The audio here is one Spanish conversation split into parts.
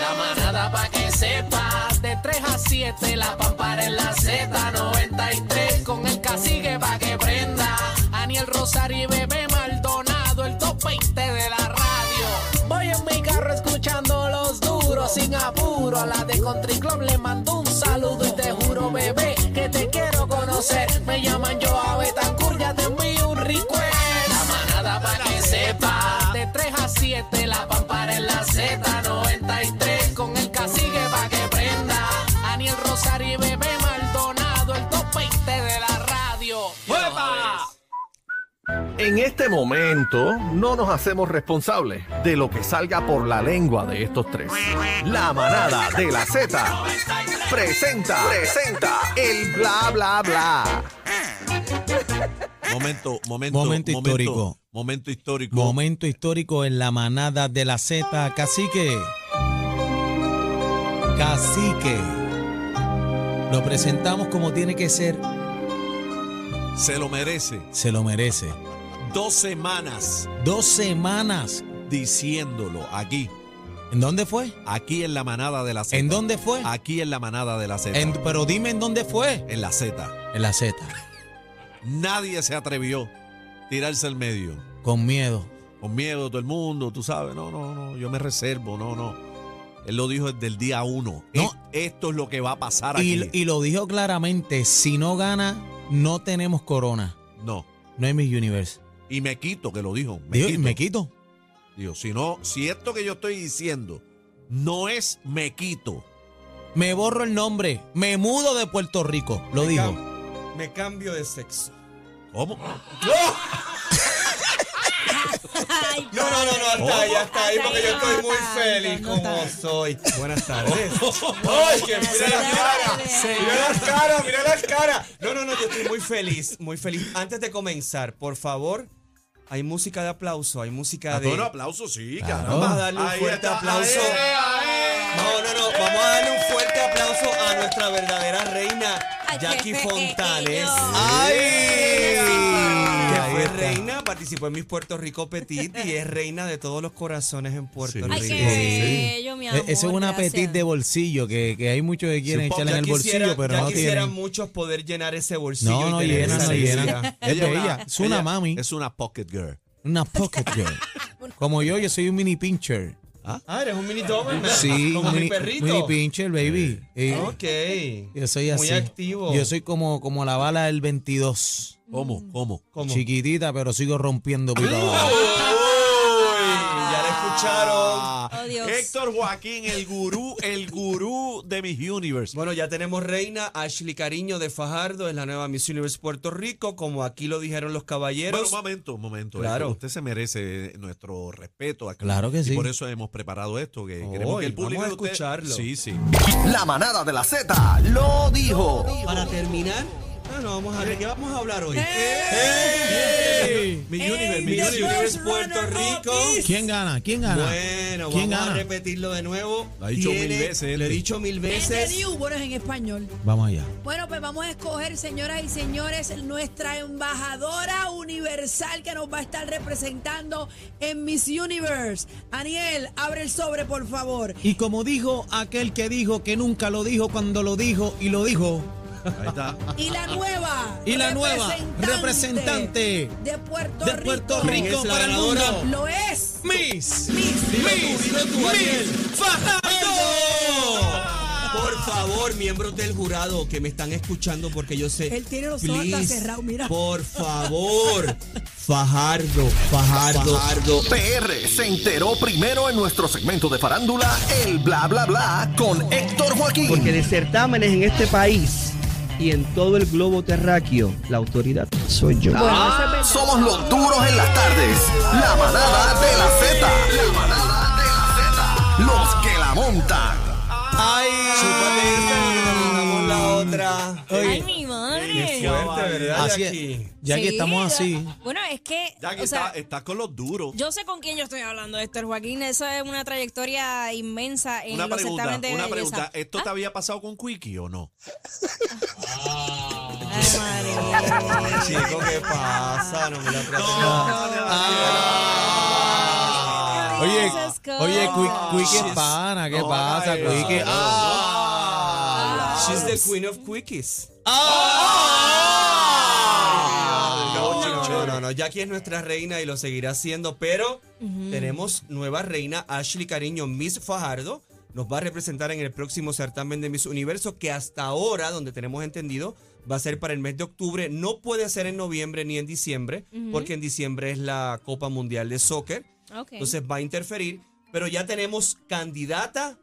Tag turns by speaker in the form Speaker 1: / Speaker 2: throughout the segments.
Speaker 1: La manada pa' que sepas, de 3 a 7, la pampara en la Z93, con el cacique pa' que prenda, Aniel Rosario y Bebé Maldonado, el top 20 de la radio. Voy en mi carro escuchando los duros, sin apuro, a la de Country Club le mando un saludo y te juro, bebé, que te quiero conocer. Me llaman yo a Betancur, ya te envío un request. La manada pa' que sepas, de 3 a 7, la pampara en la Z93, con el cacique pa' que prenda, Aniel Rosario y Bebé Maldonado, el top 20 de la radio. ¡Huepa!
Speaker 2: En este momento no nos hacemos responsables de lo que salga por la lengua de estos tres. La manada de la Z presenta, presenta el bla bla bla.
Speaker 3: Momento, momento,
Speaker 4: Momento histórico.
Speaker 3: Momento histórico.
Speaker 4: Momento histórico en la manada de la Z, cacique. Cacique. Lo presentamos como tiene que ser,
Speaker 3: Se lo merece.
Speaker 4: se lo merece.
Speaker 3: Dos semanas
Speaker 4: Dos semanas.
Speaker 3: diciéndolo aquí.
Speaker 4: ¿En dónde fue?
Speaker 3: Aquí en la manada de la Z.
Speaker 4: ¿En dónde fue?
Speaker 3: Aquí en la manada de la Z.
Speaker 4: En- pero dime en dónde fue.
Speaker 3: En la Z.
Speaker 4: En la Z,
Speaker 3: Nadie se atrevió a tirarse al medio.
Speaker 4: con miedo.
Speaker 3: Con miedo todo el mundo, tú sabes. No, no, no. Yo me reservo. No, no. Él lo dijo desde el día uno.
Speaker 4: No.
Speaker 3: Es- esto es lo que va a pasar
Speaker 4: Y,
Speaker 3: aquí.
Speaker 4: y lo dijo claramente, si no gana, no tenemos corona.
Speaker 3: no.
Speaker 4: No hay Miss Universe.
Speaker 3: Y me quito, que lo dijo. Me
Speaker 4: Dijo,
Speaker 3: quito.
Speaker 4: me quito.
Speaker 3: Digo, si no, si esto que yo estoy diciendo no es me quito.
Speaker 4: Me borro el nombre. Me mudo de Puerto Rico. Lo dijo.
Speaker 5: Me cambio de sexo.
Speaker 3: ¿Cómo?
Speaker 6: Ay,
Speaker 5: No, no, no, no, hasta
Speaker 3: Oh.
Speaker 5: ahí, hasta ahí,
Speaker 6: Hasta
Speaker 5: porque
Speaker 6: ahí
Speaker 5: yo
Speaker 6: no
Speaker 5: estoy muy
Speaker 6: tanto,
Speaker 5: feliz
Speaker 6: no
Speaker 5: como
Speaker 6: tanto.
Speaker 5: soy. Buenas tardes. ¡Ay, que mira
Speaker 6: Buenas
Speaker 5: las caras!
Speaker 6: tardes.
Speaker 5: ¡Mira las caras, mira las caras! No, no, no, yo estoy muy feliz, muy feliz. Antes de comenzar, por favor, hay música de aplauso, hay música
Speaker 3: A todo un
Speaker 5: de...
Speaker 3: Ah, aplauso, sí,
Speaker 4: Claro.
Speaker 5: Vamos a
Speaker 3: caramba.
Speaker 5: darle un
Speaker 3: Ahí
Speaker 5: fuerte
Speaker 3: está,
Speaker 5: aplauso.
Speaker 3: ahí, ahí.
Speaker 5: No, no, no, vamos a darle un fuerte aplauso a nuestra verdadera reina,
Speaker 6: Ay,
Speaker 5: Jackie
Speaker 6: jefe, eh, eh,
Speaker 5: Fontanes.
Speaker 6: yo.
Speaker 5: Que
Speaker 3: ¡Ay!
Speaker 5: fue reina, participó en mis Puerto Rico Petit y es reina de todos los corazones en Puerto
Speaker 3: Sí.
Speaker 5: Rico.
Speaker 6: Ay, qué
Speaker 4: Sí.
Speaker 6: bello, mi
Speaker 4: E-
Speaker 6: amor.
Speaker 4: Eso es un
Speaker 6: gracias.
Speaker 4: apetito de bolsillo que, que hay muchos que quieren
Speaker 3: Sí,
Speaker 4: echarle en
Speaker 5: Ya
Speaker 4: el
Speaker 5: quisiera-
Speaker 4: bolsillo, pero
Speaker 5: ya
Speaker 4: no
Speaker 5: quisieran
Speaker 4: tienen.
Speaker 5: muchos poder llenar ese bolsillo.
Speaker 4: No,
Speaker 5: y
Speaker 4: no
Speaker 5: tener
Speaker 4: llena,
Speaker 5: esa
Speaker 4: no llena.
Speaker 5: necesidad.
Speaker 4: Es bella. Es una
Speaker 3: ella
Speaker 4: mami.
Speaker 3: Es una pocket girl.
Speaker 4: Una pocket girl. Como yo, yo soy un mini pincher.
Speaker 5: Ah, eres un mini Doberman.
Speaker 4: Sí,
Speaker 5: como
Speaker 4: un
Speaker 5: mi
Speaker 4: mini,
Speaker 5: perrito.
Speaker 4: mini pincher, baby. Y
Speaker 5: Ok.
Speaker 4: Yo soy así.
Speaker 5: Muy activo.
Speaker 4: Yo soy como, como la bala del 22.
Speaker 3: ¿Cómo? ¿Cómo?
Speaker 5: ¿Cómo? ¡Oh!
Speaker 4: Chiquitita, pero sigo rompiendo pipa abajo.
Speaker 5: Uy, ya la escucharon.
Speaker 3: Ah,
Speaker 6: Oh, Dios.
Speaker 3: Héctor Joaquín, el gurú, el gurú de Miss Universe.
Speaker 5: Bueno, ya tenemos reina Ashley Cariño de Fajardo, es la nueva Miss Universe Puerto Rico, como aquí lo dijeron los
Speaker 3: Bueno, un
Speaker 5: caballeros.
Speaker 3: momento, un momento.
Speaker 5: Pues, Claro.
Speaker 3: Héctor, Usted se merece eh, nuestro respeto aquí.
Speaker 4: Claro que sí.
Speaker 3: Y por eso hemos preparado esto, que queremos que el
Speaker 5: Hoy,
Speaker 3: público
Speaker 5: vamos a
Speaker 3: de usted-
Speaker 5: escucharlo.
Speaker 3: Sí, sí.
Speaker 2: La manada de la Z lo dijo.
Speaker 5: Para terminar, no, no, vamos a ver qué vamos a hablar hoy.
Speaker 3: Mi
Speaker 6: Ey,
Speaker 3: Universe, mi
Speaker 5: Miss
Speaker 3: Universe.
Speaker 6: the
Speaker 5: Universe
Speaker 6: first
Speaker 5: Puerto
Speaker 6: runner-up
Speaker 5: Rico.
Speaker 6: is-
Speaker 4: ¿Quién gana? ¿Quién gana?
Speaker 5: Bueno,
Speaker 4: ¿Quién
Speaker 5: vamos
Speaker 4: gana?
Speaker 5: a repetirlo de nuevo.
Speaker 3: Lo ha dicho mil veces,
Speaker 5: Lo he
Speaker 3: Andy.
Speaker 5: dicho mil
Speaker 6: Gente
Speaker 5: veces.
Speaker 6: Diu, Bueno, es en español.
Speaker 4: Vamos allá.
Speaker 6: Bueno, pues vamos a escoger, señoras y señores, nuestra embajadora universal que nos va a estar representando en Miss Universe. Aniel, abre el sobre, por favor.
Speaker 4: Y como dijo aquel que dijo que nunca lo dijo cuando lo dijo y lo dijo.
Speaker 3: Ahí está.
Speaker 6: Y la nueva.
Speaker 4: Y la nueva representante
Speaker 6: de Puerto
Speaker 4: de
Speaker 6: Rico.
Speaker 4: Puerto
Speaker 5: ¿Quién
Speaker 4: Rico
Speaker 5: es la
Speaker 4: para el mundo.
Speaker 5: ganadora?
Speaker 6: Lo es.
Speaker 4: Miss.
Speaker 6: Miss.
Speaker 5: Dilo tú, dilo tú, Ariel.
Speaker 4: Fajardo.
Speaker 5: Por favor, miembros del jurado que me están escuchando porque yo sé.
Speaker 6: Él tiene los ojos hasta cerrados, mira.
Speaker 5: Por favor. Fajardo, Fajardo, Fajardo.
Speaker 2: PR se enteró primero en nuestro segmento de farándula el bla bla bla con Héctor Joaquín.
Speaker 7: Porque de certámenes en este país y en todo el globo terráqueo, la autoridad soy yo.
Speaker 4: Ah.
Speaker 2: Somos los duros en las tardes. La manada de la Z. La manada de la Z. Los que la montan.
Speaker 5: Ay, chúpate esta y terminamos la otra.
Speaker 6: Ay, mi madre.
Speaker 5: Qué fuerte, ¿verdad?
Speaker 4: Así es.
Speaker 5: Jackie?
Speaker 4: Ya que
Speaker 6: Sí,
Speaker 4: estamos así.
Speaker 6: Bueno, es que,
Speaker 3: Ya que
Speaker 6: o sea,
Speaker 3: está, está con los duros.
Speaker 6: yo sé con quién yo estoy hablando, Héctor Joaquín. Eso es una trayectoria inmensa en
Speaker 3: Una
Speaker 6: eh, los
Speaker 3: pregunta,
Speaker 6: certámenes de Ah.
Speaker 3: una
Speaker 6: belleza.
Speaker 3: pregunta. ¿Esto te había pasado con Quickie o no?
Speaker 6: Ay, madre mía.
Speaker 5: Ay, Chico, ¿qué pasa? No me la trates.
Speaker 3: Ah. Oye,
Speaker 8: esas cosas.
Speaker 3: oye, Quick- Quick es
Speaker 5: She's-
Speaker 3: pana, ¿qué
Speaker 5: no,
Speaker 3: pasa,
Speaker 5: ay,
Speaker 3: Quick?
Speaker 5: no, no.
Speaker 3: ¡Ah!
Speaker 5: She's the queen of quickies. No, Ah. no, no, no, no. Jackie es nuestra reina y lo seguirá siendo, pero tenemos nueva reina, Ashley Cariño, Miss Fajardo. Nos va a representar en el próximo certamen de Miss Universo, que hasta ahora, donde tenemos entendido, va a ser para el mes de octubre. No puede ser en noviembre ni en diciembre,
Speaker 8: Ujú.
Speaker 5: porque en diciembre es la Copa Mundial de Soccer.
Speaker 8: Ok.
Speaker 5: Entonces va a interferir, pero ya tenemos candidata.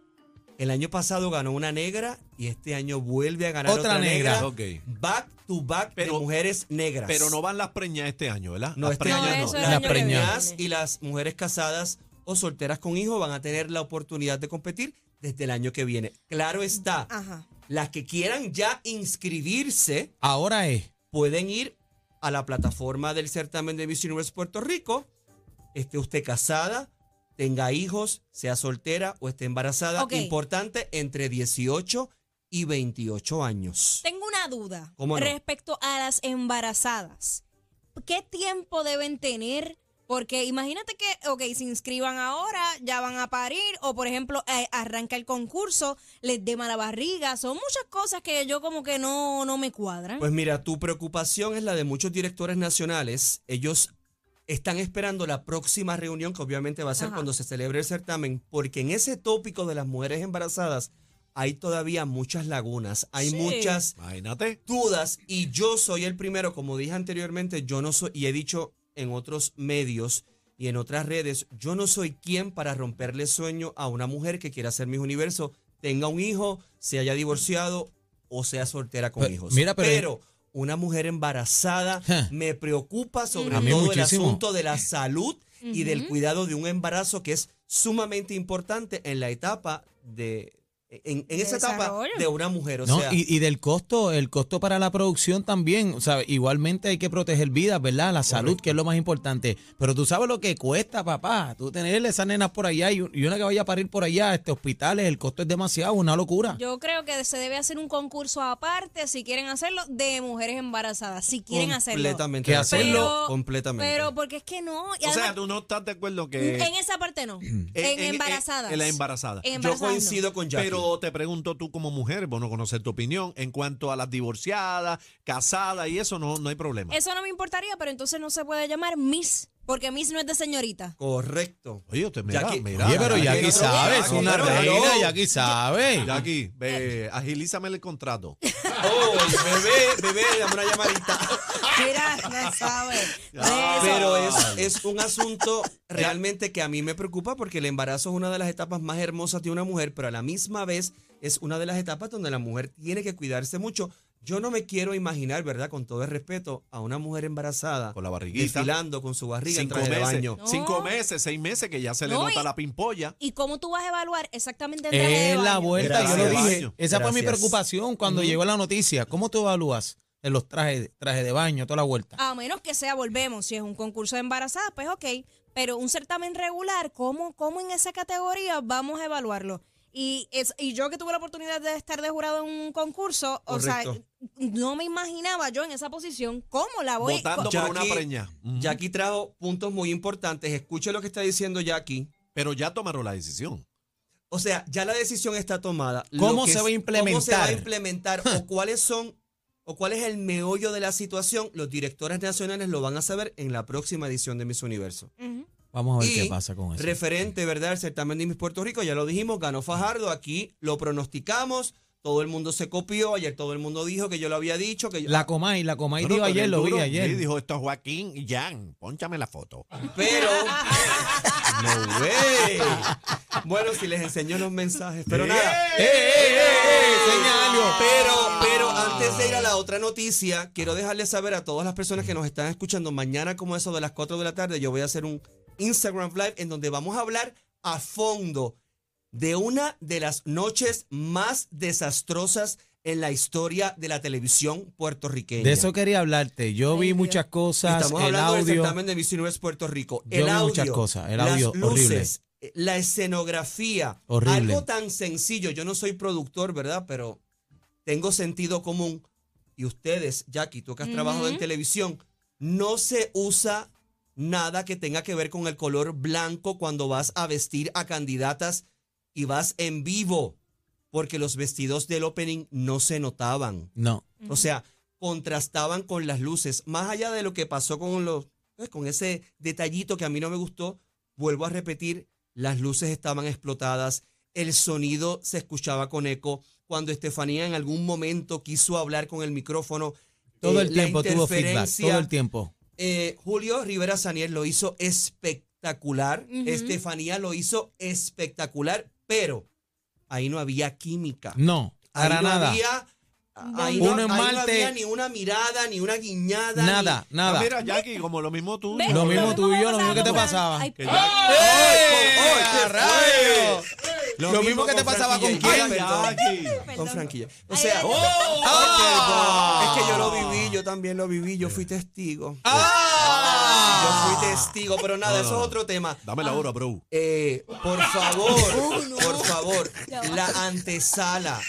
Speaker 5: El año pasado ganó una negra y este año vuelve a ganar otra,
Speaker 3: Otra negra,
Speaker 5: negra.
Speaker 3: ok.
Speaker 5: Back to back
Speaker 3: Pero-
Speaker 5: de mujeres negras.
Speaker 3: Pero no van las preñas este año, ¿verdad?
Speaker 5: No,
Speaker 3: Las
Speaker 5: este
Speaker 3: preñas
Speaker 8: año
Speaker 5: año
Speaker 8: no,
Speaker 5: no.
Speaker 8: el
Speaker 5: Las
Speaker 8: año que
Speaker 5: preñas
Speaker 8: viene.
Speaker 5: y las mujeres casadas o solteras con hijos van a tener la oportunidad de competir desde el año que viene. Claro está,
Speaker 8: Ajá.
Speaker 5: las que quieran ya inscribirse
Speaker 4: Ahora es.
Speaker 5: pueden ir a la plataforma del certamen de Miss Universe Puerto Rico. Esté usted casada, tenga hijos, sea soltera o esté embarazada.
Speaker 8: Ok.
Speaker 5: Importante, entre 18 y 28 años.
Speaker 8: Tengo una duda
Speaker 5: ¿Cómo no?
Speaker 8: respecto a las embarazadas. ¿Qué tiempo deben tener? Porque imagínate que, ok, se inscriban ahora, ya van a parir, o por ejemplo, eh, arranca el concurso, les dé mala barriga, son muchas cosas que yo como que no, no me cuadran.
Speaker 5: Pues mira, tu preocupación es la de muchos directores nacionales. Ellos están esperando la próxima reunión, que obviamente va a ser
Speaker 8: Ajá.
Speaker 5: cuando se celebre el certamen, porque en ese tópico de las mujeres embarazadas hay todavía muchas lagunas, hay
Speaker 8: Sí.
Speaker 5: muchas
Speaker 3: Imagínate.
Speaker 5: dudas y yo soy el primero, como dije anteriormente, yo no soy, y he dicho en otros medios y en otras redes, yo no soy quien para romperle sueño a una mujer que quiera hacer mis universo, tenga un hijo, se haya divorciado o sea soltera con
Speaker 4: Pero,
Speaker 5: hijos.
Speaker 4: mira, pero-
Speaker 5: una mujer embarazada
Speaker 4: Ja.
Speaker 5: me preocupa sobre
Speaker 8: A
Speaker 5: todo
Speaker 4: mí
Speaker 5: el
Speaker 4: muchísimo.
Speaker 5: asunto de la salud y del
Speaker 8: Ujú.
Speaker 5: cuidado de un embarazo que es sumamente importante en la etapa de en, en esa etapa
Speaker 8: Desarrollo.
Speaker 5: de una mujer, o
Speaker 4: No,
Speaker 5: sea,
Speaker 4: y, y del costo, el costo para la producción también. O sea, igualmente hay que proteger vidas, ¿verdad? La salud, que es lo más importante. Pero tú sabes lo que cuesta, papá. Tú tener esas nenas por allá y, y una que vaya a parir por allá, este hospitales, el costo es demasiado, una locura.
Speaker 8: Yo creo que se debe hacer un concurso aparte, si quieren hacerlo, de mujeres embarazadas, si quieren hacerlo.
Speaker 5: Completamente.
Speaker 4: Que
Speaker 5: de acuerdo.
Speaker 8: hacerlo-
Speaker 5: Pero- completamente.
Speaker 8: Pero porque es que no. y
Speaker 3: O sea,
Speaker 8: además,
Speaker 3: tú no estás de acuerdo que.
Speaker 6: Mm,
Speaker 8: en esa parte no. en, embarazadas.
Speaker 3: En, la embarazada.
Speaker 8: En
Speaker 5: yo
Speaker 8: embarazadas no.
Speaker 5: coincido con Jackie.
Speaker 3: Pero te pregunto tú como mujer, bueno, conocer tu opinión en cuanto a las divorciadas, casadas y eso, no, no hay problema.
Speaker 8: Eso no me importaría, pero entonces no se puede llamar Miss, porque Miss no es de señorita.
Speaker 5: Correcto.
Speaker 3: Oye, usted mira,
Speaker 5: Jackie-
Speaker 3: mira.
Speaker 4: Oye, pero
Speaker 5: Jackie
Speaker 4: ya aquí
Speaker 5: no,
Speaker 4: sabe, es
Speaker 5: Jackie,
Speaker 4: una
Speaker 5: pero
Speaker 4: reina,
Speaker 5: no.
Speaker 4: ya aquí sabe.
Speaker 3: Jackie, ve, agilízame el contrato.
Speaker 5: Oh, bebé, bebé, dame una llamadita.
Speaker 8: Mira, no sabe. De eso.
Speaker 5: Ah, Pero es, es un asunto realmente que a mí me preocupa porque el embarazo es una de las etapas más hermosas de una mujer, pero a la misma vez es una de las etapas donde la mujer tiene que cuidarse mucho. Yo no me quiero imaginar, ¿verdad? Con todo el respeto, a una mujer embarazada
Speaker 3: Con la barriguita.
Speaker 5: desfilando con su barriga en
Speaker 3: Cinco
Speaker 5: traje de
Speaker 3: meses,
Speaker 5: baño.
Speaker 8: No.
Speaker 3: cinco meses, seis meses que ya se le
Speaker 8: No,
Speaker 3: nota
Speaker 8: y-
Speaker 3: la pimpolla.
Speaker 8: ¿Y cómo tú vas a evaluar exactamente en traje de
Speaker 4: Es la
Speaker 8: baño?
Speaker 4: vuelta, yo lo
Speaker 5: Gracias.
Speaker 4: dije. Esa fue mi
Speaker 5: Gracias.
Speaker 4: preocupación cuando llegó la noticia. ¿Cómo tú evalúas en los trajes, trajes de baño, toda la vuelta?
Speaker 8: A menos que sea, volvemos, si es un concurso de embarazadas, pues ok. Pero un certamen regular, ¿cómo, cómo en esa categoría vamos a evaluarlo? Y, es, y yo que tuve la oportunidad de estar de jurado en un concurso, o
Speaker 5: Correcto.
Speaker 8: sea, no me imaginaba yo en esa posición cómo la voy
Speaker 3: Votando por una
Speaker 5: Jackie-
Speaker 3: preña. Ujú.
Speaker 5: Jackie trajo puntos muy importantes. Escuche lo que está diciendo Jackie.
Speaker 3: Pero ya tomaron la decisión.
Speaker 5: O sea, ya la decisión está tomada. Lo
Speaker 4: ¿Cómo
Speaker 5: que
Speaker 4: se va a
Speaker 5: es- ¿Cómo se va
Speaker 4: implementar?
Speaker 5: a implementar? ¿O cuáles son? ¿O cuál es el meollo de la situación? Los directores nacionales lo van a saber en la próxima edición de Miss Universo.
Speaker 8: Ujú.
Speaker 4: Vamos a ver
Speaker 5: Y
Speaker 4: qué pasa con eso.
Speaker 5: Referente, ¿verdad? El certamen de Miss Puerto Rico, ya lo dijimos, ganó Fajardo, aquí lo pronosticamos, todo el mundo se copió, ayer todo el mundo dijo que yo lo había dicho, que yo-
Speaker 4: La Comay, la Comay
Speaker 3: Bueno,
Speaker 4: dijo
Speaker 3: pero
Speaker 4: ayer,
Speaker 3: el
Speaker 4: lo vi
Speaker 3: duro, sí,
Speaker 4: ayer.
Speaker 3: dijo esto es Joaquín y Jan. Pónchame la foto.
Speaker 5: pero... No way. Bueno, si les enseño los mensajes, pero nada.
Speaker 4: ¡Eh, eh, eh, eh! Señalo.
Speaker 5: Pero, pero antes de ir a la otra noticia, quiero dejarles saber a todas las personas que nos están escuchando mañana como eso de las 4 de la tarde, yo voy a hacer un Instagram Live en donde vamos a hablar a fondo de una de las noches más desastrosas en la historia de la televisión puertorriqueña.
Speaker 4: De eso quería hablarte. Yo vi
Speaker 8: Dios.
Speaker 4: muchas cosas,
Speaker 5: Estamos
Speaker 4: el
Speaker 5: hablando del
Speaker 4: audio.
Speaker 5: certamen de Miss Universe Puerto Rico.
Speaker 4: Yo
Speaker 5: el
Speaker 4: vi
Speaker 5: audio,
Speaker 4: muchas cosas, el audio
Speaker 5: las luces,
Speaker 4: horrible.
Speaker 5: eh, la escenografía,
Speaker 4: Horrible.
Speaker 5: algo tan sencillo. Yo no soy productor, ¿verdad? Pero tengo sentido común. Y ustedes, Jackie, tú que has trabajado en televisión, no se usa nada que tenga que ver con el color blanco cuando vas a vestir a candidatas y vas en vivo, porque los vestidos del opening no se notaban.
Speaker 4: No.
Speaker 5: O sea, contrastaban con las luces. Más allá de lo que pasó con los, eh, con ese detallito que a mí no me gustó, vuelvo a repetir, las luces estaban explotadas, el sonido se escuchaba con eco. Cuando Estefanía en algún momento quiso hablar con el micrófono,
Speaker 4: Todo
Speaker 5: eh,
Speaker 4: el
Speaker 5: la
Speaker 4: tiempo tuvo feedback.
Speaker 5: interferencia-
Speaker 4: Todo el tiempo.
Speaker 5: eh, Julio Rivera Saniel lo hizo espectacular.
Speaker 8: Ujú.
Speaker 5: Estefanía lo hizo espectacular, pero ahí no había química.
Speaker 4: No.
Speaker 5: Ahí
Speaker 4: Para
Speaker 5: no
Speaker 4: nada.
Speaker 5: había. Ahí
Speaker 4: Un
Speaker 5: no, ahí no
Speaker 4: esmalte.
Speaker 5: había ni una mirada, ni una guiñada.
Speaker 4: Nada,
Speaker 5: ni-
Speaker 4: nada.
Speaker 3: Ah, mira, Jackie, como lo mismo tú.
Speaker 8: ¿Ves?
Speaker 3: ¿no?
Speaker 4: Lo mismo tú y yo, lo mismo que te
Speaker 8: con-
Speaker 4: pasaba.
Speaker 8: Ay, pues,
Speaker 3: Que Jackie-
Speaker 4: ¡Eh!
Speaker 5: ¡Oh, oh, qué
Speaker 4: ¡A rayos! Lo mismo que
Speaker 5: con
Speaker 4: te pasaba
Speaker 5: Frankie
Speaker 4: con
Speaker 5: J.
Speaker 4: quién.
Speaker 5: Ay,
Speaker 3: Jackie.
Speaker 5: perdón.
Speaker 8: perdón.
Speaker 5: Con Franquilla. O
Speaker 8: Ay,
Speaker 5: sea, oh,
Speaker 8: ay, Ah. ay.
Speaker 4: Ah.
Speaker 5: es que yo lo viví, yo también lo viví, yo fui testigo. Yo fui testigo, pero nada, eso
Speaker 4: Ah.
Speaker 5: es otro tema.
Speaker 3: Ah. Dame la hora, bro.
Speaker 5: Eh, por favor, por favor,
Speaker 8: Oh, Ya va.
Speaker 5: la antesala,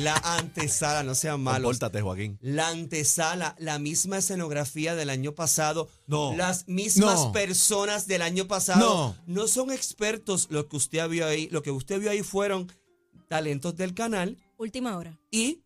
Speaker 5: la antesala, no sean Ah, malos.
Speaker 3: Compórtate, Joaquín.
Speaker 5: La antesala, la misma escenografía del año pasado,
Speaker 3: No.
Speaker 5: las mismas
Speaker 4: No.
Speaker 5: personas del año pasado,
Speaker 4: No.
Speaker 5: son expertos lo que usted vio ahí, lo que usted vio ahí fueron talentos del canal
Speaker 8: Última hora.
Speaker 5: y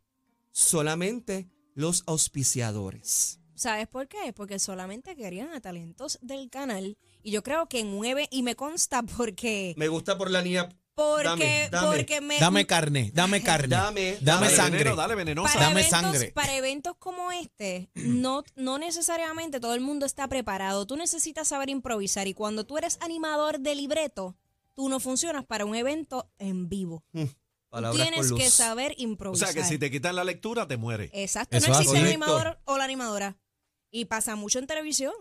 Speaker 5: solamente los auspiciadores.
Speaker 8: ¿Sabes por qué? Porque solamente querían a talentos del canal. Y yo creo que en un evento, y me consta porque.
Speaker 5: Me gusta por la niña,
Speaker 8: Porque,
Speaker 5: Dame, dame,
Speaker 8: porque me.
Speaker 4: Dame carne, dame carne.
Speaker 5: Dame,
Speaker 4: Dame,
Speaker 5: dame.
Speaker 4: sangre.
Speaker 3: Veneno, dale venenosa.
Speaker 4: Dame sangre.
Speaker 8: Para eventos como este, no, no necesariamente todo el mundo está preparado. Tú necesitas saber improvisar y cuando tú eres animador de libreto, tú no funcionas para un evento en vivo.
Speaker 5: palabras
Speaker 8: Tienes
Speaker 5: con luz.
Speaker 8: que saber
Speaker 3: O
Speaker 8: improvisar.
Speaker 3: sea, que si te quitan la lectura, te mueres.
Speaker 5: Eh,
Speaker 8: Exacto,
Speaker 4: Eso
Speaker 8: no
Speaker 4: es
Speaker 8: existe el
Speaker 5: así.
Speaker 8: animador o la animadora. Y pasa mucho en televisión.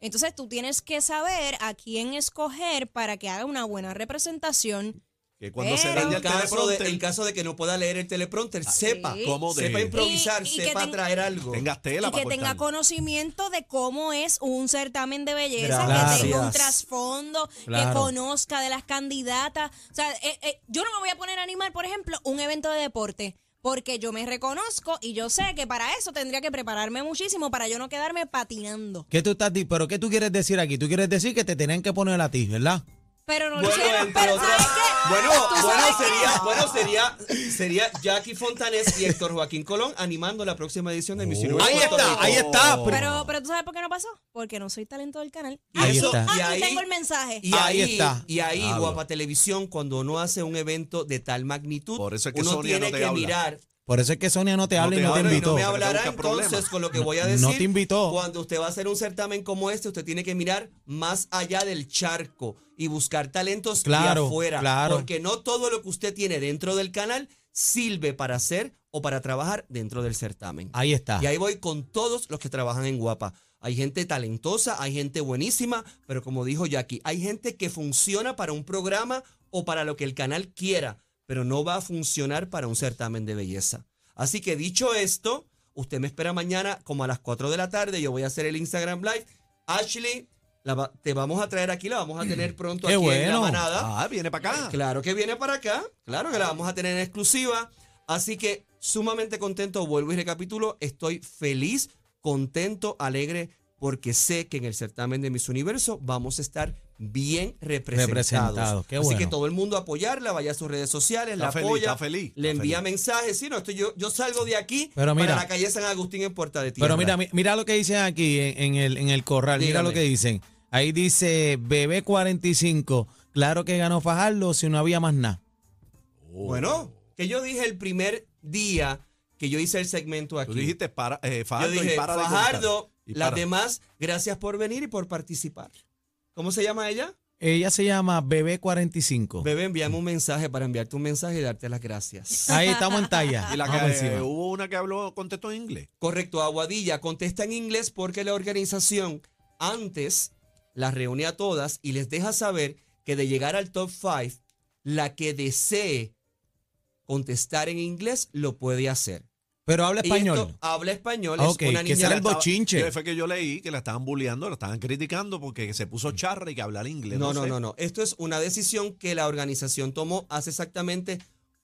Speaker 8: Entonces tú tienes que saber a quién escoger para que haga una buena representación.
Speaker 3: Que cuando se
Speaker 8: Pero-
Speaker 3: daña
Speaker 5: En
Speaker 3: el
Speaker 5: caso, de,
Speaker 3: teleprompter,
Speaker 5: en caso de que no pueda leer el teleprompter, sepa,
Speaker 8: sí.
Speaker 3: ¿Cómo de-
Speaker 5: sepa improvisar,
Speaker 8: Y- y que
Speaker 5: sepa
Speaker 8: ten-
Speaker 5: traer algo.
Speaker 3: tengas tela
Speaker 8: Y que
Speaker 3: para
Speaker 8: tenga
Speaker 3: cortar.
Speaker 8: conocimiento de cómo es un certamen de belleza,
Speaker 5: Gracias.
Speaker 8: que tenga un trasfondo, que
Speaker 4: Claro.
Speaker 8: conozca de las candidatas. O sea, eh, eh, yo no me voy a poner a animar, por ejemplo, un evento de deporte. Porque yo me reconozco y yo sé que para eso tendría que prepararme muchísimo para yo no quedarme patinando.
Speaker 4: ¿Qué tú estás di- ¿Pero qué tú quieres decir aquí? Tú quieres decir que te tenían que poner a ti, ¿verdad?
Speaker 8: Pero no lo
Speaker 5: Bueno,
Speaker 8: hicieron.
Speaker 5: entre
Speaker 8: Pero
Speaker 5: otras-
Speaker 8: ¿sabes qué?
Speaker 5: bueno,
Speaker 8: ¿Tú
Speaker 5: bueno,
Speaker 8: sabes qué?
Speaker 5: sería, bueno, sería, sería Jackie Fontanés y Héctor Joaquín Colón animando la próxima edición de Misión
Speaker 3: Ahí está, ahí está.
Speaker 8: Pero, pero tú sabes por qué no pasó? Porque no soy talento del canal.
Speaker 4: Ahí
Speaker 5: eso,
Speaker 4: está.
Speaker 8: Ah,
Speaker 5: Y
Speaker 8: yo
Speaker 5: ahí,
Speaker 8: tengo el mensaje.
Speaker 5: y ahí,
Speaker 4: Ahí está.
Speaker 5: Y ahí,
Speaker 3: Diablo.
Speaker 5: Guapa Televisión, cuando uno hace un evento de tal magnitud,
Speaker 3: Por eso es que
Speaker 5: uno
Speaker 3: Sonia
Speaker 5: tiene
Speaker 3: no te
Speaker 5: que
Speaker 3: habla.
Speaker 5: mirar.
Speaker 4: Por eso es que Sonia no te
Speaker 3: No
Speaker 4: habla
Speaker 3: te
Speaker 4: y no te
Speaker 3: habla y
Speaker 5: No
Speaker 4: invitó.
Speaker 5: me
Speaker 3: Porque te
Speaker 5: hablará
Speaker 3: busca
Speaker 5: entonces
Speaker 3: problemas.
Speaker 5: con lo que voy a
Speaker 4: No-
Speaker 5: decir.
Speaker 4: no te invitó.
Speaker 5: Cuando usted va a hacer un certamen como este, usted tiene que mirar más allá del charco y buscar talentos de
Speaker 4: Claro,
Speaker 5: afuera.
Speaker 4: claro.
Speaker 5: Porque no todo lo que usted tiene dentro del canal sirve para hacer o para trabajar dentro del certamen.
Speaker 4: Ahí está.
Speaker 5: Y ahí voy con todos los que trabajan en Guapa. Hay gente talentosa, hay gente buenísima, pero como dijo Jackie, hay gente que funciona para un programa o para lo que el canal quiera, pero no va a funcionar para un certamen de belleza. Así que dicho esto, usted me espera mañana como a las 4 de la tarde, yo voy a hacer el Instagram Live. Ashley, la va- te vamos a traer aquí, la vamos a tener pronto
Speaker 4: Qué
Speaker 5: aquí en la
Speaker 4: bueno.
Speaker 5: manada.
Speaker 3: Ah, viene para acá.
Speaker 5: Eh, Claro que viene para acá, claro que la vamos a tener en exclusiva. Así que sumamente contento, vuelvo y recapitulo, estoy feliz, contento, alegre, porque sé que en el certamen de Miss Universo vamos a estar bien representados.
Speaker 4: Representados, qué
Speaker 5: Así
Speaker 4: bueno.
Speaker 5: que todo el mundo a apoyarla, vaya a sus redes sociales,
Speaker 3: Está
Speaker 5: la
Speaker 3: feliz,
Speaker 5: apoya,
Speaker 3: está feliz, está
Speaker 5: le envía
Speaker 3: feliz.
Speaker 5: mensajes. Sí, no, estoy, yo, yo salgo de aquí
Speaker 4: Pero mira-
Speaker 5: para la calle San Agustín en Puerta de Tierra.
Speaker 4: Pero mira, mi- mira lo que dicen aquí en, en el, en el corral. Mira
Speaker 5: Dígame.
Speaker 4: lo que dicen. Ahí dice Bebé 45. Claro que ganó Fajardo si no había más nada.
Speaker 5: Bueno, que yo dije el primer día que yo hice el segmento aquí.
Speaker 3: Tú dijiste para, eh,
Speaker 5: Yo
Speaker 3: Fajardo
Speaker 5: dije,
Speaker 3: y para de
Speaker 5: Fajardo,
Speaker 3: contar. Y
Speaker 5: las
Speaker 3: para.
Speaker 5: demás, gracias por venir y por participar. ¿Cómo se llama ella?
Speaker 4: Ella se llama Bebé 45.
Speaker 5: Bebé, envíame un mensaje para enviarte un mensaje y darte las gracias.
Speaker 4: Ahí estamos en talla.
Speaker 3: Y
Speaker 5: Ah,
Speaker 3: la
Speaker 4: Vamos
Speaker 3: que, eh,
Speaker 4: encima.
Speaker 3: hubo una que habló, contestó en inglés.
Speaker 5: Correcto, Aguadilla, contesta en inglés porque la organización antes las reúne a todas y les deja saber que de llegar al top 5, la que desee contestar en inglés lo puede hacer.
Speaker 4: Pero habla
Speaker 5: Y esto
Speaker 4: español.
Speaker 5: habla español,
Speaker 4: Ah,
Speaker 5: es
Speaker 4: ok,
Speaker 5: una
Speaker 4: que
Speaker 5: niña
Speaker 4: será
Speaker 5: que
Speaker 4: el
Speaker 5: estaba-
Speaker 4: bochinche.
Speaker 3: Yo- Fue que yo leí que la estaban bulleando, la estaban criticando porque se puso charra y que hablar inglés.
Speaker 5: No, no,
Speaker 3: sé.
Speaker 5: no, no. Esto es una decisión que la organización tomó hace exactamente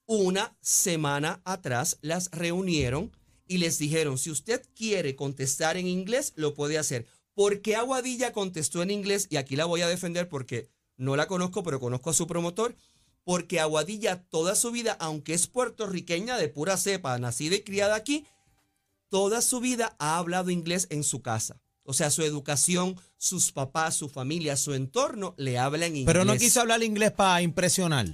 Speaker 5: una semana atrás. Las reunieron y les dijeron, si usted quiere contestar en inglés, lo puede hacer. ¿Por qué Aguadilla contestó en inglés? Y aquí la voy a defender porque no la conozco, pero conozco a su promotor. Porque Aguadilla toda su vida, aunque es puertorriqueña de pura cepa, nacida y criada aquí, toda su vida ha hablado inglés en su casa. O sea, su educación, sus papás, su familia, su entorno le hablan inglés.
Speaker 4: Pero no quiso hablar inglés para impresionar.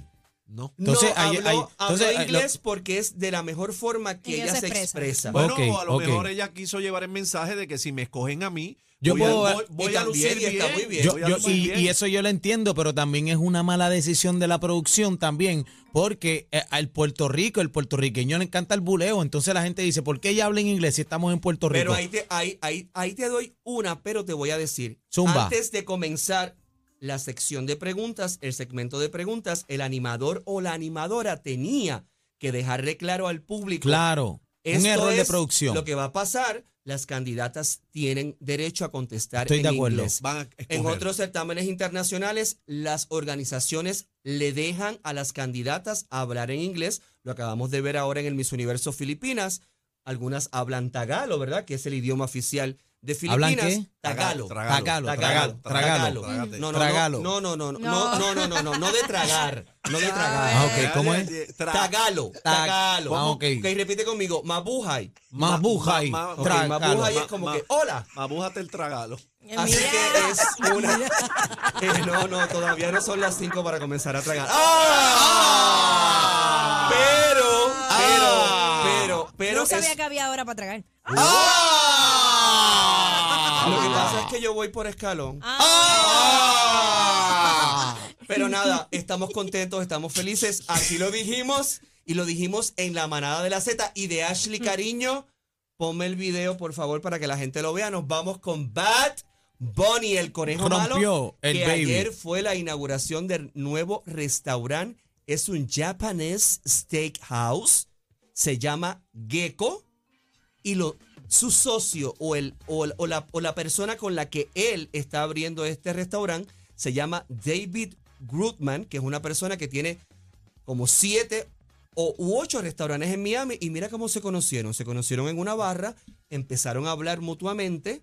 Speaker 3: No.
Speaker 4: Entonces,
Speaker 5: no,
Speaker 4: ahí-
Speaker 5: habló,
Speaker 4: ahí-
Speaker 5: habló
Speaker 4: entonces, ahí lo-
Speaker 5: inglés porque es de la mejor forma que
Speaker 8: Ella
Speaker 5: ella
Speaker 8: se
Speaker 5: se
Speaker 8: expresa.
Speaker 5: expresa.
Speaker 3: Bueno,
Speaker 4: Ok,
Speaker 3: o a lo
Speaker 4: ok.
Speaker 3: mejor ella quiso llevar el mensaje de que si me escogen a mí,
Speaker 4: Yo
Speaker 3: voy,
Speaker 4: puedo-
Speaker 3: a, voy, voy
Speaker 5: y
Speaker 3: a lucir
Speaker 5: también,
Speaker 3: bien.
Speaker 5: y está muy bien.
Speaker 4: Yo-
Speaker 3: voy a
Speaker 4: yo-
Speaker 3: lucir
Speaker 4: y,
Speaker 3: bien.
Speaker 4: y eso yo lo entiendo, pero también es una mala decisión de la producción también, porque eh, al Puerto Rico, el puertorriqueño le encanta el buleo, entonces la gente dice, ¿por qué ella habla en inglés si estamos en Puerto Rico?
Speaker 5: Pero ahí te, ahí, ahí, ahí te doy una, pero te voy a decir.
Speaker 4: Zumba.
Speaker 5: Antes de comenzar la sección de preguntas, el segmento de preguntas, el animador o la animadora tenía que dejarle claro al público.
Speaker 4: claro, un
Speaker 5: esto
Speaker 4: error de
Speaker 5: es
Speaker 4: producción.
Speaker 5: Lo que va a pasar, las candidatas tienen derecho a contestar
Speaker 4: Estoy
Speaker 5: en
Speaker 4: de acuerdo.
Speaker 5: inglés.
Speaker 3: Van a escoger.
Speaker 5: En otros certámenes internacionales, las organizaciones le dejan a las candidatas hablar en inglés. Lo acabamos de ver ahora en el Miss Universo Filipinas. Algunas hablan tagalo, ¿verdad? Que es el idioma oficial de
Speaker 4: ¿Hablan
Speaker 5: Filipinas.
Speaker 4: qué?
Speaker 5: Tagalo.
Speaker 4: Tagalo,
Speaker 5: Tagalo,
Speaker 4: tagalo,
Speaker 5: tagalo.
Speaker 4: tagalo.
Speaker 3: Trágate.
Speaker 5: No, no,
Speaker 4: Tragalo.
Speaker 5: no, no, no, no, no,
Speaker 8: No.
Speaker 5: no, no, no, no, no de tragar, no de tragar.
Speaker 4: Ah, ok, ¿cómo es?
Speaker 3: eh, Tra-
Speaker 5: Tagalo,
Speaker 4: Tag-
Speaker 5: tagalo.
Speaker 4: Ah, ok.
Speaker 5: Ok, repite conmigo, mabuhay.
Speaker 4: Mabuhay,
Speaker 3: ma- ma-
Speaker 5: Ok,
Speaker 4: tragalo.
Speaker 5: mabuhay es
Speaker 3: Ma-
Speaker 5: como
Speaker 3: ma-
Speaker 5: que, hola.
Speaker 3: Abújate el tragalo.
Speaker 5: Así que es una. Eh, no, no, todavía no son las 5 para comenzar a tragar. ¡Ah! Pero, pero, pero, pero.
Speaker 8: no sabía
Speaker 5: es-
Speaker 8: que había hora para tragar.
Speaker 5: ¡Ah! Lo que pasa es que yo voy por escalón. ¡Ah! Pero nada, estamos contentos, estamos felices. Aquí lo dijimos y lo dijimos en la manada de la Z y de Ashley Cariño. Ponme el video, por favor, para que la gente lo vea. Nos vamos con Bat Bunny, el conejo malo.
Speaker 4: Rompió el
Speaker 5: que
Speaker 4: baby.
Speaker 5: ayer fue la inauguración del nuevo restaurante. Es un Japanese Steakhouse. Se llama Gecko y lo, su socio o, el, o, el- o la, o la persona con la que él está abriendo este restaurante se llama David Grootman, que es una persona que tiene como siete o u ocho restaurantes en Miami. Y mira cómo se conocieron. Se conocieron en una barra, empezaron a hablar mutuamente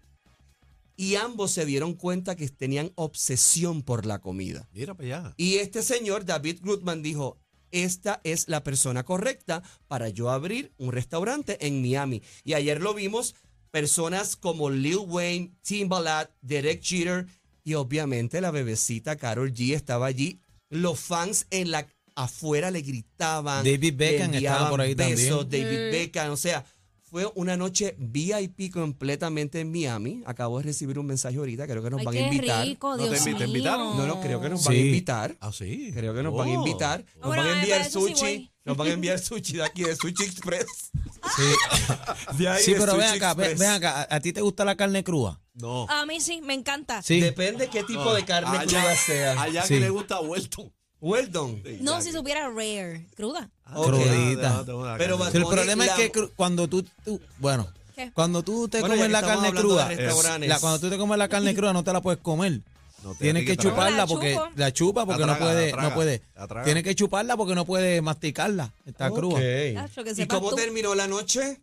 Speaker 5: y ambos se dieron cuenta que tenían obsesión por la comida.
Speaker 3: Mira para allá.
Speaker 5: Y este señor, David Grootman, dijo, esta es la persona correcta para yo abrir un restaurante en Miami. Y ayer lo vimos, personas como Lil Wayne, Timbaland, Derek Jeter y obviamente la bebecita Carol G estaba allí. Los fans en la afuera le gritaban.
Speaker 4: David
Speaker 5: le
Speaker 4: Beckham estaba
Speaker 5: enviaban
Speaker 4: por ahí
Speaker 5: besos,
Speaker 4: también.
Speaker 8: Mm.
Speaker 5: David Beckham, o sea... Fue una noche VIP completamente en Miami. Acabo de recibir un mensaje ahorita, creo que nos
Speaker 8: Ay,
Speaker 5: van a
Speaker 8: qué
Speaker 5: invitar.
Speaker 8: rico,
Speaker 3: No te
Speaker 8: Dios
Speaker 3: invi- te
Speaker 8: mío.
Speaker 3: invitaron.
Speaker 5: No, no, creo que nos van a
Speaker 4: Sí.
Speaker 5: invitar.
Speaker 3: Ah, sí.
Speaker 5: Creo que nos van a
Speaker 3: Oh.
Speaker 5: invitar. Nos
Speaker 8: Bueno,
Speaker 5: van a
Speaker 8: eh,
Speaker 5: enviar
Speaker 8: para eso sí
Speaker 5: sushi.
Speaker 8: voy.
Speaker 5: nos van a enviar sushi de aquí, de Sushi Express.
Speaker 4: Sí,
Speaker 5: De ahí
Speaker 4: Sí,
Speaker 5: de
Speaker 4: pero ven
Speaker 5: Sushi
Speaker 4: acá, ven,
Speaker 5: Express.
Speaker 4: ven acá, ¿a, a ti te gusta la carne crúa?
Speaker 5: Ah.
Speaker 3: No.
Speaker 8: A mí sí, me encanta.
Speaker 4: Sí.
Speaker 5: Depende qué tipo
Speaker 4: Oh,
Speaker 5: de carne
Speaker 3: allá,
Speaker 5: cruda sea.
Speaker 3: Allá
Speaker 4: Sí.
Speaker 3: que le gusta vuelto.
Speaker 5: Well done.
Speaker 8: No, si supiera rare, cruda.
Speaker 3: Ah,
Speaker 5: Ok.
Speaker 4: Crudita.
Speaker 5: Pero
Speaker 4: Sí, el
Speaker 5: Bunny,
Speaker 4: problema es
Speaker 5: la-
Speaker 4: que cru- cuando tú, tú- bueno,
Speaker 8: ¿Qué?
Speaker 4: cuando tú te
Speaker 5: Bueno, ya
Speaker 4: comes
Speaker 5: que
Speaker 4: la
Speaker 5: estamos
Speaker 4: carne
Speaker 5: hablando de
Speaker 4: cruda,
Speaker 5: restaurantes.
Speaker 4: la- cuando tú te comes la carne cruda no te la puedes comer.
Speaker 3: No, te tiene
Speaker 4: Tienes que
Speaker 3: tragar.
Speaker 8: chupar.
Speaker 4: chuparla
Speaker 8: La
Speaker 4: porque
Speaker 8: chupo.
Speaker 4: la chupa porque
Speaker 3: La traga, la
Speaker 4: no puede,
Speaker 3: traga,
Speaker 4: no puede.
Speaker 3: la traga.
Speaker 4: Tienes que chuparla porque no puede masticarla, está crúa.
Speaker 8: Nacho, que
Speaker 5: ¿Y
Speaker 8: sepas
Speaker 5: cómo
Speaker 8: tú.
Speaker 5: terminó la noche?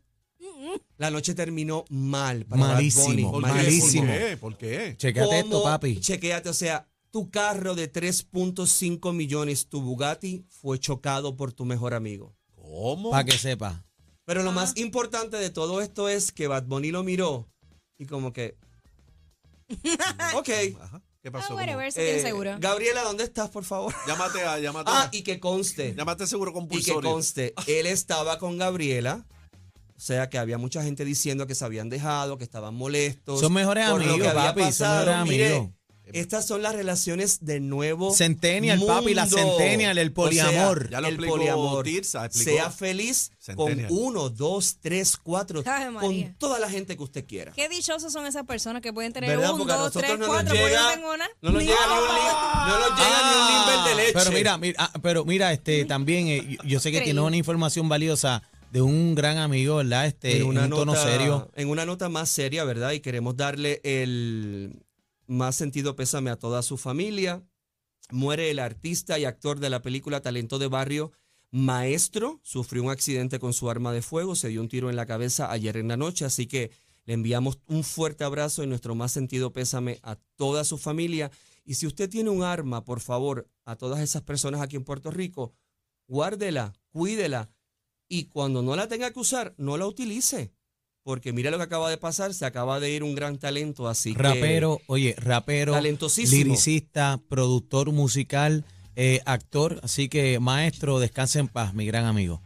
Speaker 5: La noche terminó mal. para Bad
Speaker 4: Malísimo,
Speaker 5: Bunny.
Speaker 3: ¿Por qué?
Speaker 4: malísimo.
Speaker 3: ¿Por qué? ¿Por qué?
Speaker 4: Chequéate esto,
Speaker 5: ¿Cómo?
Speaker 4: papi.
Speaker 5: Chequéate, o sea, tu carro de 3.5 millones, tu Bugatti, fue chocado por tu mejor amigo.
Speaker 3: ¿Cómo?
Speaker 4: Para que sepa.
Speaker 5: Pero lo más importante de todo esto es que Bad Bunny lo miró y como que... ok.
Speaker 3: Ajá. ¿Qué
Speaker 8: Ah,
Speaker 3: pasó?
Speaker 8: whatever, se
Speaker 5: eh,
Speaker 8: tiene seguro.
Speaker 5: Gabriela, ¿dónde estás, por favor?
Speaker 3: Llámate a, llámate
Speaker 5: Ah,
Speaker 3: a,
Speaker 5: y que conste.
Speaker 3: llámate a seguro
Speaker 5: Y que
Speaker 3: compulsorio.
Speaker 5: conste, él estaba con Gabriela. O sea, que había mucha gente diciendo que se habían dejado, que estaban molestos.
Speaker 4: Son mejores
Speaker 5: por lo que
Speaker 4: amigos,
Speaker 5: había
Speaker 4: papi, son
Speaker 5: pasado.
Speaker 4: mejores
Speaker 5: Mire,
Speaker 4: amigos.
Speaker 5: Estas son las relaciones de nuevo.
Speaker 4: Centennial, papi, la
Speaker 5: mundo.
Speaker 4: centennial, el
Speaker 5: O sea,
Speaker 4: poliamor.
Speaker 3: Ya lo
Speaker 5: el
Speaker 3: explicó
Speaker 5: poliamor.
Speaker 3: Tirsa, explicó.
Speaker 5: Sea feliz
Speaker 3: Centennial.
Speaker 5: con uno, dos, tres, cuatro,
Speaker 8: Ave María.
Speaker 5: con toda la gente que usted quiera.
Speaker 8: Qué dichosos son esas personas que pueden tener
Speaker 5: ¿Verdad?
Speaker 8: un,
Speaker 5: Porque a
Speaker 8: dos,
Speaker 5: nosotros
Speaker 8: tres,
Speaker 5: no nos
Speaker 8: cuatro, porque yo
Speaker 5: llega-
Speaker 8: no tengo nada.
Speaker 5: No nos llega ni un link, no nos llega ni un
Speaker 4: Ah,
Speaker 5: limber de leche.
Speaker 4: Pero mira, mira, ah, pero mira, este también eh, yo, yo sé que
Speaker 8: Creí.
Speaker 4: tienes una información valiosa de un gran amigo, ¿verdad? Este, en
Speaker 5: en una
Speaker 4: un tono
Speaker 5: nota,
Speaker 4: serio.
Speaker 5: En una nota más seria, ¿verdad? Y queremos darle el más sentido pésame a toda su familia. Muere el artista y actor de la película Talento de Barrio, Maestro. Sufrió un accidente con su arma de fuego, se dio un tiro en la cabeza ayer en la noche, así que Le enviamos un fuerte abrazo y nuestro más sentido pésame a toda su familia. Y si usted tiene un arma, por favor, a todas esas personas aquí en Puerto Rico, guárdela, cuídela. Y cuando no la tenga que usar, no la utilice. Porque mira lo que acaba de pasar, se acaba de ir un gran talento, así que-
Speaker 4: Rapero, oye, rapero,
Speaker 5: Talentosísimo.
Speaker 4: liricista, productor musical, eh, actor. Así que, maestro, descanse en paz, mi gran amigo.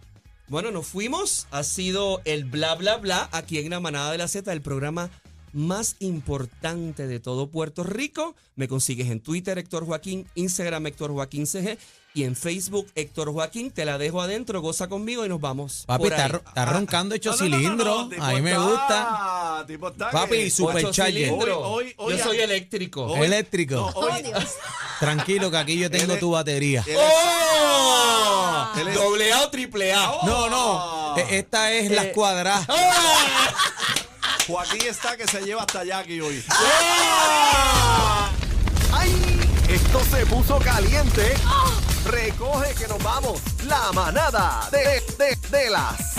Speaker 5: Bueno, nos fuimos. Ha sido el bla, bla, bla aquí en la Manada de la Z, el programa más importante de todo Puerto Rico. Me consigues en Twitter, Héctor Joaquín, Instagram, Héctor Joaquín CG y en Facebook, Héctor Joaquín. Te la dejo adentro, goza conmigo y nos vamos.
Speaker 4: Papi,
Speaker 5: por
Speaker 4: está,
Speaker 5: ahí.
Speaker 4: ro- está roncando hecho cilindro.
Speaker 3: tipo
Speaker 4: a mí me
Speaker 3: está-
Speaker 4: gusta.
Speaker 3: tipo está
Speaker 4: Papi,
Speaker 3: que- pues,
Speaker 4: su- Super
Speaker 5: Ocho
Speaker 4: Challenger.
Speaker 5: cilindros.
Speaker 3: Hoy- hoy- hoy
Speaker 5: Yo soy
Speaker 3: aquí-
Speaker 5: eléctrico.
Speaker 3: Hoy-
Speaker 4: Eléctrico.
Speaker 3: No, hoy-
Speaker 8: Oh, Dios.
Speaker 4: Tranquilo, que aquí yo tengo
Speaker 3: Él-
Speaker 4: tu batería.
Speaker 3: él es-
Speaker 5: ¡Oh!
Speaker 3: Él es-
Speaker 5: ¿Doble A o triple
Speaker 3: Ah,
Speaker 5: A?
Speaker 4: ¡Oh! No, no. e- Esta es la cuadrada.
Speaker 3: Joaquín está que se lleva hasta allá aquí hoy.
Speaker 2: ¡Ay! Esto se puso caliente. Recoge que nos vamos. La manada de, de, de las.